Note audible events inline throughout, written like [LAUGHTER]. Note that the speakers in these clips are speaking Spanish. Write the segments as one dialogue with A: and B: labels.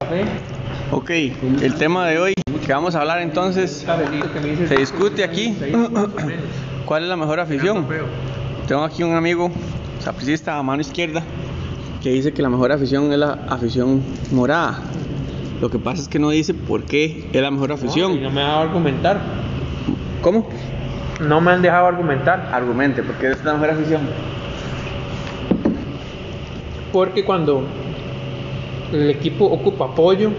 A: café.
B: Ok, el tema de hoy que vamos a hablar entonces, se
A: [COUGHS]
B: discute aquí cuál es la mejor afición. Tengo aquí un amigo, sapricista a mano izquierda, que dice que la mejor afición es la afición morada. Lo que pasa es que no dice por qué es la mejor
A: Y
B: afición.
A: no me han dejado argumentar.
B: ¿Cómo?
A: No me han dejado argumentar.
B: Argumente, porque es la mejor afición.
A: Porque cuando el equipo ocupa apoyo.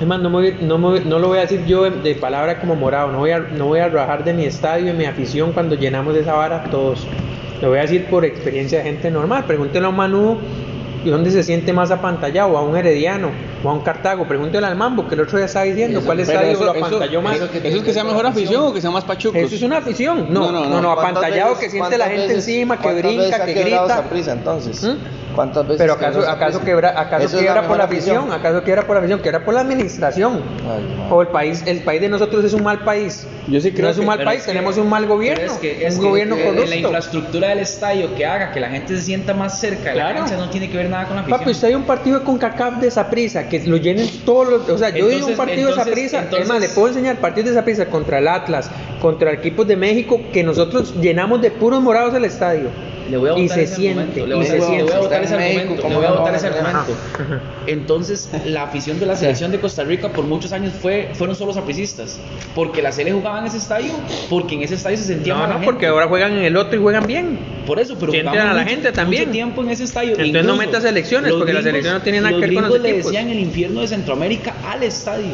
A: Es más, no, me voy- no me voy- no lo voy a decir yo de, de palabra como morado. No voy, a, no voy a rajar de mi estadio y mi afición cuando llenamos esa vara todos. Lo voy a decir por experiencia de gente normal. Pregúntele a un manudo dónde se siente más apantallado, o a un herediano, o a un cartago. Pregúntele al mambo, que el otro día está diciendo cuál estadio lo apantalló más.
B: eso, eso es que sea mejor afición o que sea más pachuco.
A: Eso es una afición. No, no, no, apantallado que siente la gente encima, que brinca, que grita.
C: Prisa, entonces?
A: ¿Mm?
C: ¿Cuántas veces
A: Pero acaso,
C: quebró
A: acaso
C: Saprissa?
A: quebra, acaso
C: Eso es
A: quiebra
C: la
A: por la
C: mejor
A: afición, acaso quiebra por la afición, quiebra por la administración.
C: Ay, madre.
A: O el país, el país de nosotros es un mal país.
B: Yo sí creo
A: no es un
B: que-
A: mal
D: Pero
A: país,
D: es que-
A: tenemos un mal gobierno,
D: pero es que- es
A: un
D: que
A: gobierno
D: eh, La
A: corrupto.
D: infraestructura del estadio que haga que la gente se sienta más cerca de
A: Claro.
D: la cancha no tiene que ver nada con la afición.
A: Papi, usted hay un partido con CACAF de Saprisa, que lo llenen todos los. O sea, yo digo un
D: Entonces-
A: partido de
D: entonces-
A: Saprisa, es más,
D: entonces-
A: le puedo enseñar partidos de Saprisa contra el Atlas, contra equipos de México, que nosotros llenamos de puros morados el estadio.
D: Le voy a
A: y
D: votar
A: se
D: ese
A: siente,
D: argumento, le
A: y
D: voy a-
A: se
D: le voy a
A: siente.
D: votar ese
C: Está en México,
D: argumento,
C: ¿cómo
D: le voy a
C: no?
D: votar ese
C: Ajá.
D: argumento. Entonces, la afición de la selección de Costa Rica por muchos años fue, fueron solo sapricistas. Porque la selección jugaba en ese estadio, porque en ese estadio se
A: [LAUGHS]
D: sentía
A: No,
D: más la
A: no,
D: gente.
A: porque ahora juegan en el otro y juegan bien.
D: Por eso, pero
A: Sienten
D: jugamos
A: a la
D: mucho-
A: gente también.
D: mucho tiempo en ese estadio.
A: Entonces no metas elecciones,
D: los
A: porque las elecciones no tienen nada que ver con los
D: gringos le
A: equipos.
D: decían el infierno de Centroamérica al estadio.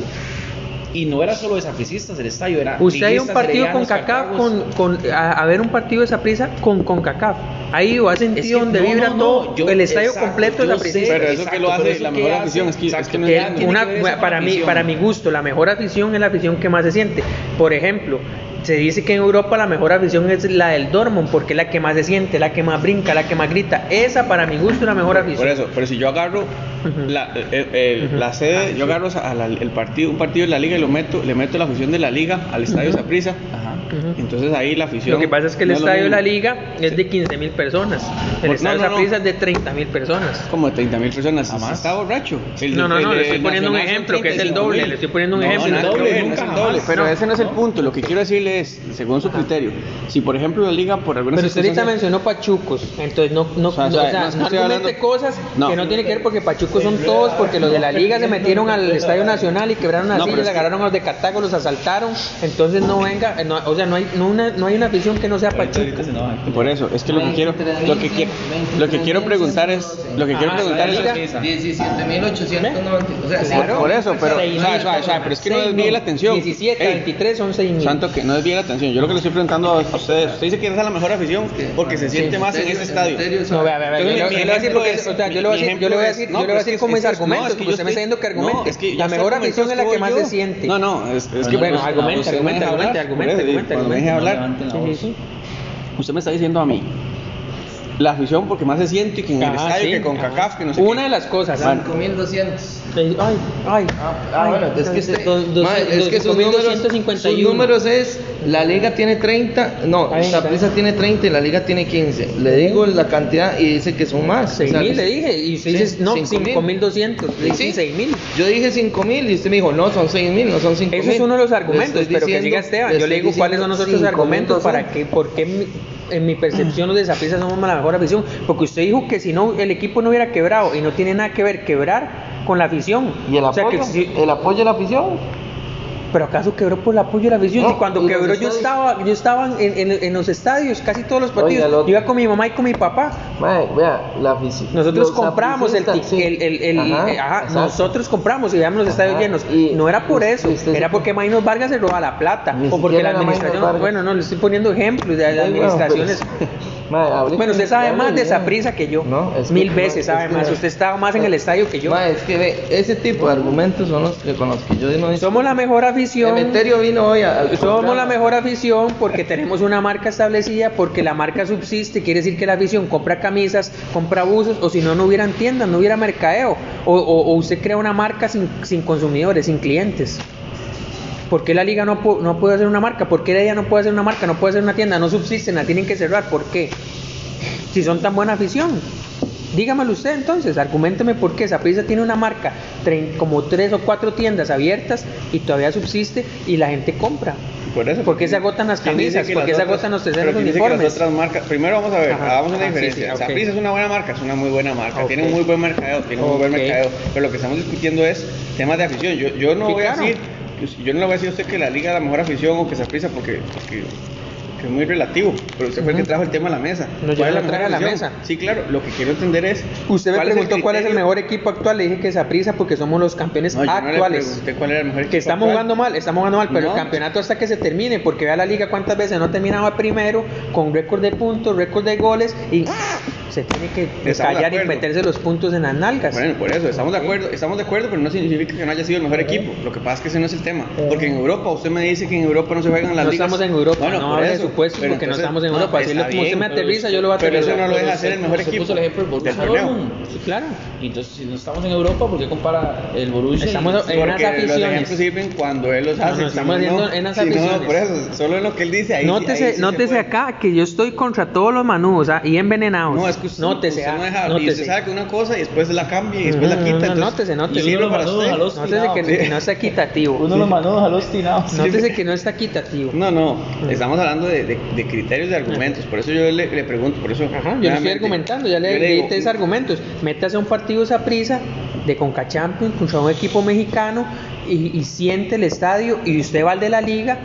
D: Y no era solo de sapricistas el estadio, era.
A: Usted hay un
D: liguistas,
A: partido con
D: heredianos,
A: CACAF,
D: cartagos.
A: con, con- a, a ver un partido de Saprisa con, con CACAF. Ahí va a sentir
D: Es que
A: donde
D: no,
A: vibra
D: no, no,
A: todo
D: yo-
A: el estadio
D: exacto,
A: completo de
D: yo
A: Saprissa.
D: sé,
B: Pero eso que lo hace
D: pero
B: la
D: que
B: mejor afición, es que- es que no
D: ¿qué
B: entiendo.
D: tiene
A: una,
D: que ver eso con
A: para, mí,
D: afición?
A: para mi gusto, la mejor afición es la afición que más se siente. Por ejemplo, se dice que en Europa la mejor afición es la del Dortmund, porque es la que más se siente, la que más brinca, la que más grita. Esa para mi gusto es la mejor afición.
B: Por eso, pero si yo agarro
A: Ujú.
B: la, eh, eh,
A: Ujú. Ah,
B: la sede, yo agarro a la- el partido, un partido de la liga y lo meto, le meto la afición de la liga al estadio
A: Ujú.
B: Saprissa.
D: Ajá.
B: Pues
A: Ujú.
B: Entonces ahí la afición.
A: Lo que pasa es que el
B: no lo
A: estadio de la
B: mismo.
A: liga es de 15 mil personas. El
B: No,
A: estadio
B: no,
A: de
B: no.
A: Saprissa es de 30 mil personas.
B: Como 30 mil personas.
D: Jamás.
B: Está borracho. El
A: Ah, No, no,
B: de-
A: no,
B: el
A: le
B: de
A: estoy poniendo un
B: Nacional son
A: ejemplo, que es el
B: 35.000.
A: doble, le estoy poniendo un
B: No,
A: ejemplo.
B: no es el
D: Nada
B: doble,
D: que ver,
B: no es el
D: nunca
B: doble.
D: jamás.
B: Pero
D: No.
B: ese no es el punto. Lo que quiero decirle es, según su criterio, si por ejemplo la liga por alguna
A: Ah. Pero usted ahorita
B: circunstancia-
A: mencionó Pachucos, entonces no, no,
B: O sea,
A: no,
B: o sea,
A: o sea,
B: no estoy
A: no argumente
B: hablando-
A: cosas
B: No.
A: que no tiene que ver porque Pachucos son todos, porque los de la liga se metieron al Estadio Nacional y quebraron
B: No,
A: así,
B: pero
A: sillas,
B: es que-
A: agarraron a los de Cartago, los asaltaron, entonces no venga, eh, no, o sea, no hay, no, una, no hay una afición que no sea Pachuca.
B: Por eso, es que lo que quiero, lo que quiero, lo que quiero preguntar es, lo que quiero
A: Ajá,
B: preguntar
A: Ah, la
B: es,
A: liga.
E: 17.890. O sea,
B: Por- por eso, pero,
A: Seis mil
B: o sea, o sea, o sea, pero es que no
A: personas.
B: desvíe la atención.
A: 17,
B: Ey,
A: 23, son 6 mil.
B: santo que no desvíe la atención. Yo lo que le estoy preguntando a ustedes, usted dice que esa es la mejor afición porque se siente más en ese estadio.
A: No, vea, vea, vea, yo,
B: Entonces,
A: yo le
B: mi
A: voy a decir
B: ejemplo
A: lo que
B: es-
A: o sea, yo
B: mi-
A: le voy a
B: mi
A: decir, yo le voy a
B: ejemplo
A: decir,
B: es-
A: yo le voy
B: no,
A: a
B: pero
A: decir
B: es
A: como
B: que
A: mis
B: es- no,
A: argumentos,
B: es que
A: como
B: yo
A: usted me está
B: estoy-
A: diciendo que argumente.
B: no, es que yo
A: la
B: estoy
A: mejor afición es la que más se
B: convencido
A: siente.
B: No, no, es, es que
A: Bueno,
B: pues,
A: argumente,
B: usted me
A: argumente,
B: deja hablar,
A: argumente,
B: por eso,
A: argumente,
B: cuando me deje
D: No
B: hablar.
D: levanten la
A: Sí, sí,
D: voz.
A: sí.
B: Usted me está diciendo a mí la afición porque más se siente que en el
A: Ajá,
B: estadio
A: Ah, sí,
B: que con
A: ajá.
B: CACAF que no sé
A: Una
B: qué.
A: de las cosas, ¿ah?
B: Bueno,
E: 5.200.
A: Ay, ay.
E: Ah, bueno, es que, este,
B: eh,
A: dos- dos-
E: ma, es que sus, números,
A: 2.251.
E: sus números es, la liga tiene 30, no,
A: Ahí está.
E: Saprissa tiene 30 y la liga tiene 15. Le digo la cantidad y dice que son más.
A: Seis
E: O sea,
A: mil le dije, y usted
E: Sí,
A: dice, no,
E: cinco mil.
A: 5200, le dije
E: Sí.
A: 6000.
E: Yo dije 5.000 y usted me dijo, no, son 6.000, no son 5.000.
A: Ese es uno de los
E: Le
A: argumentos,
E: estoy
A: pero que
E: diciendo-
A: siga Esteban,
E: le
A: yo le
E: estoy
A: digo cuáles son
E: diciendo
A: los otros
E: 5.200.
A: argumentos para que, por qué en mi, en mi percepción los de Zaprisa somos la mejor afición, porque usted dijo que si no el equipo no hubiera quebrado y no tiene nada que ver quebrar con la afición.
E: ¿Y el
A: O sea, que
E: apoyo?
A: si-
E: ¿El apoyo de la afición?
A: Pero acaso quebró por el apoyo de la afición.
E: No,
A: y cuando
E: y los
A: quebró yo
E: estadios.
A: estaba, yo estaba en, en- en los estadios, casi todos los partidos.
E: Oiga, lo-
A: Yo iba con mi mamá y con mi papá.
E: Mae, vea, la afición.
A: Nosotros
E: los
A: compramos el, ti-
E: sapricistas, sí.
A: el, el- el-
E: Ajá,
A: eh, ajá,
E: exacto.
A: nosotros compramos y veamos los
E: Ajá,
A: estadios llenos.
E: y
A: no era por
E: usted-
A: eso,
E: usted
A: era
E: se-
A: porque Mainos Vargas se roba la plata.
E: Ni
A: O porque la
E: siquiera era Mainos
A: administración,
E: Vargas.
A: bueno, no, le estoy poniendo ejemplos de las
E: Ay, bueno, [LAUGHS]
A: administraciones.
E: pero- Mae, hablé
A: Bueno,
E: con-
A: usted sabe
E: hablé
A: más de
E: bien.
A: esa prisa que yo.
E: No, es que-
A: Mil
E: no,
A: veces
E: es
A: sabe
E: que-
A: más. Usted estaba más en el estadio que yo.
E: Mae, es que ve, ese tipo de argumentos son los que con los que yo no
A: Somos la mejor afición.
E: Emeterio vino hoy a- al
A: Somos la
E: programa.
A: mejor afición porque tenemos una marca establecida, porque la marca subsiste, quiere decir que la afición compra camisas, compra buzos, o si no, no hubieran tiendas, no hubiera mercadeo, o, o- o usted crea una marca sin, sin consumidores, sin clientes. ¿Por qué la liga no, pu- no puede hacer una marca? ¿Por qué la liga no puede hacer una marca? No puede hacer una tienda, no subsisten, la tienen que cerrar. ¿Por qué? Si son tan buena afición. Dígamelo usted entonces, argumenteme por qué Saprissa tiene una marca, trein- como tres o cuatro tiendas abiertas y todavía subsiste y la gente compra.
B: Por eso.
A: ¿Por qué se agotan las
B: ¿Quién dice
A: camisas?
B: que
A: ¿Por qué
B: las
A: se
B: otras-
A: agotan los terceros
B: pero quién dice que
A: uniformes?
B: las otras marcas. Primero vamos a ver,
A: Ajá,
B: hagamos una
A: ajá, sí,
B: diferencia.
A: sí, ok.
B: Saprissa es una buena marca, es una muy buena marca.
A: Ok.
B: Tiene muy buen mercado, tiene muy buen
A: Ok.
B: mercado. Pero lo que estamos discutiendo es temas de afición. Yo, yo no
A: Sí,
B: voy
A: claro.
B: a decir, yo no le voy a decir a usted que la liga es la mejor afición o que Saprissa porque, porque que es muy relativo. Pero usted fue el que
A: Ujú.
B: trajo el tema a la mesa.
A: No, yo
B: ¿Cuál
A: no
B: es
A: lo traje a la
B: afición?
A: mesa.
B: Sí, claro. Lo que quiero entender es.
A: Usted me
B: ¿cuál es el
A: preguntó cuál es el
B: criterio?
A: mejor equipo actual, le dije que Saprissa porque somos los campeones
B: No, yo no le
A: actuales.
B: pregunté cuál era el mejor
A: que
B: equipo
A: estamos
B: actual.
A: jugando mal, estamos jugando mal, pero
B: No.
A: el campeonato hasta que se termine, porque vea la liga cuántas veces no terminaba primero, con récord de puntos, récord de goles, y se tiene que
B: Estamos de
A: callar y
B: acuerdo.
A: meterse los puntos en las nalgas.
B: Pues Bueno, por eso, estamos de acuerdo, estamos de acuerdo, pero no significa que no haya sido el mejor equipo. Lo que pasa es que ese no es el tema. Porque en Europa, usted me dice que en Europa no se juegan
A: Eh.
B: las
A: no
B: ligas.
A: estamos en Europa,
B: Bueno,
A: no
B: por
A: hable de
B: eso.
A: supuestos
B: Pero
A: porque no
B: entonces,
A: estamos
B: pues,
A: en Europa. Así
B: está
A: lo- como usted
B: bien,
A: me aterriza, yo lo voy a
B: Pero eso
A: aterrizar.
B: no lo deja
D: Pero
B: hacer
D: usted-
B: el mejor
D: usted
B: equipo
D: puso el ejemplo del
B: del
D: Borussia
B: torneo.
D: Dortmund.
A: Sí, Claro,
D: Entonces, si no estamos en Europa, ¿por qué compara el Borussia? y-
A: Estamos en unas
B: Porque los
A: aficiones.
B: ejemplos sirven cuando él los
A: No, no,
B: hace. si
A: estamos
B: no,
A: haciendo
B: no.
A: en las
B: Si no,
A: aficiones.
B: por eso, solo en lo que él dice. Ahí,
A: Nótese,
B: ahí sí se
A: nótese
B: puede.
A: acá que yo estoy contra todos los manús ah, y envenenados.
B: No, es que usted,
A: nótese,
B: usted no
A: ah,
B: deja, y usted
A: nótese.
B: sabe que una cosa y después la cambia y después la
A: No,
B: quita.
A: no, no,
B: entonces-
A: nótese, nótese.
B: Y sirve
A: Uno
B: para
D: mandó
B: usted.
D: a los-
A: Nótese que
D: Sí.
A: no es equitativo.
D: Uno lo mandó a los tinados.
A: Nótese que no está equitativo.
B: No, no, estamos hablando de, de- de criterios de argumentos, por eso yo le, le pregunto, por eso...
A: Ajá, yo le estoy
B: nuevamente,
A: argumentando, ya le
B: yo le
A: di
B: digo,
A: tres argumentos. Métase a un partido esa prisa de Conca Champions contra un equipo mexicano y, y siente el estadio y usted va al de la liga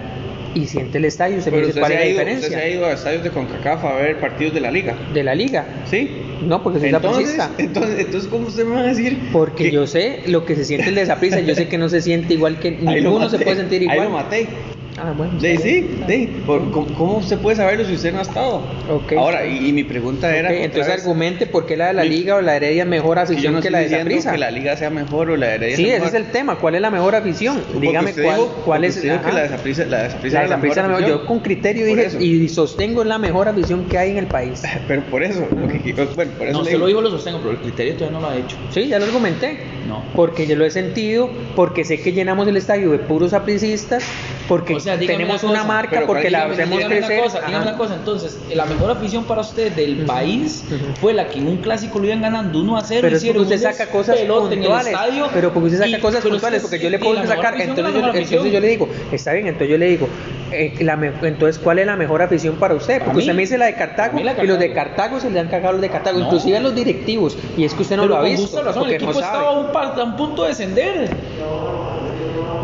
A: y siente el estadio y usted me
B: pero
A: dice
B: usted
A: cuál es
B: se ha
A: la
B: ido-
A: diferencia
B: usted se ha ido a estadios de CONCACAF a ver partidos de la liga,
A: de la liga.
B: ¿sí?
A: No, porque soy
B: Entonces, [LAUGHS]
A: sapricista.
B: entonces, entonces, ¿cómo usted me va a decir?
A: Porque
B: que-
A: yo sé lo que se siente el de Saprissa, yo sé que no se siente igual que
B: [LAUGHS] ahí lo
A: ninguno se
B: maté,
A: puede sentir igual.
B: Ahí lo maté.
A: Ah, bueno.
B: De,
A: está bien.
B: sí, de, por- ¿cómo, cómo usted puede saberlo si usted no ha estado?
A: Ok.
B: Ahora, y, y mi pregunta
A: Ok,
B: era... otra
A: entonces
B: vez,
A: argumente por qué la de la
B: Mi-
A: liga o la heredia mejor
B: que yo
A: afición
B: no
A: que
B: estoy
A: la de
B: diciendo
A: Saprissa.
B: que la liga sea mejor o la de Heredia
A: Sí,
B: sea
A: ese es
B: mejor.
A: el tema. ¿Cuál es la mejor afición?
B: Porque
A: Dígame
B: usted
A: cuál,
B: dijo-
A: cuál
B: porque
A: es.
B: usted dijo que
A: ajá.
B: la de Saprissa- la de Saprissa
A: La
B: era la
A: Saprissa
B: mejor
A: era la mejor. Yo
B: afición.
A: con criterio
B: Por
A: dije
B: eso.
A: y sostengo es la mejor afición que hay en el país.
B: [LAUGHS] Pero por eso, lo que- bueno, por eso
D: No,
B: le
D: se
B: digo.
D: lo digo, lo sostengo, pero el criterio todavía no lo ha hecho.
A: Sí, ya lo argumenté.
D: No.
A: Porque yo lo he sentido, porque sé que llenamos el estadio de puros sapricistas, porque
D: O sea, dígame
A: tenemos
D: una
A: una
D: cosa,
A: marca,
B: pero
A: porque la
D: Dígame,
A: hacemos
D: dígame
A: crecer.
D: Una cosa,
A: Ajá.
D: dígame una cosa, entonces, la mejor afición para usted del país
A: ujú.
D: fue la que en un clásico lo iban ganando 1 a 0.
A: Pero es porque
D: hicieron
A: usted
D: un
A: saca cosas
D: despelote en el
A: puntuales.
D: estadio,
A: Pero porque usted saca
D: y-
A: cosas
D: pero
A: puntuales,
D: usted-
A: porque yo le
D: y
A: puedo
D: la mejor
A: sacar.
D: afición
A: Entonces
D: es la
A: yo,
D: mejor
A: entonces yo
D: afición.
A: le digo, está bien, entonces yo le digo, eh, la me- entonces ¿cuál es la mejor afición para usted? Porque
D: mí.
A: usted me dice la de Cartago,
D: Para mí la de
A: y los de
D: Cartago.
A: Cartago se le han cagado a los de Cartago,
D: No.
A: inclusive a los directivos, y es que usted no
D: Pero
A: lo ha
D: con
A: visto,
D: justa razón, el
A: porque no
D: equipo estaba a
A: sabe.
D: un, par- a un punto de descender.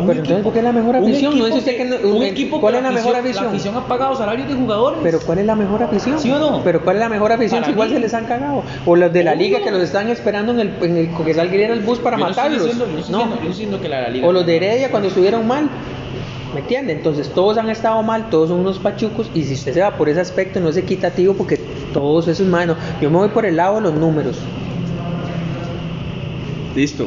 D: Un
A: Pero entonces, ¿por qué es la mejor
D: un
A: afición? No
D: equipo
A: dice usted
D: que-
A: que no-
D: un
A: un-
D: equipo
A: ¿Cuál
D: que
A: es la mejor
D: La
A: afición?
D: afición ha pagado salarios de jugadores.
A: Pero ¿cuál es la mejor afición?
D: ¿Sí o no?
A: Pero ¿cuál es la mejor afición
D: Para
A: si igual
D: mí.
A: se les han cagado? O los de la
D: Obvio.
A: liga que los están esperando en el, en el que saliera el bus para
D: Yo no estoy
A: matarlos.
D: diciendo- yo no estoy
A: No.
D: diciendo- yo no estoy diciendo que la, la liga.
A: O los de Heredia cuando estuvieron mal. ¿Me entiende? Entonces todos han estado mal, todos son unos pachucos y si usted se va por ese aspecto no es equitativo porque todos esos manos. Yo me voy por el lado de los números.
B: Listo.